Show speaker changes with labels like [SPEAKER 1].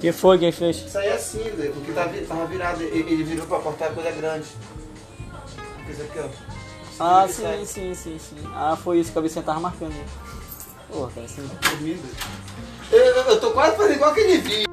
[SPEAKER 1] Que foi quem fez?
[SPEAKER 2] Isso aí é cinza, porque tá vi- tava virado, ele, ele virou pra cortar é coisa grande. Isso aqui, ó. Isso
[SPEAKER 1] Ah,
[SPEAKER 2] aqui
[SPEAKER 1] sim, sim, sim, sim. Ah, foi isso que a Vicente tava marcando. Porra, cara, assim.
[SPEAKER 2] sai. Eu, eu tô quase fazendo igual aquele vídeo.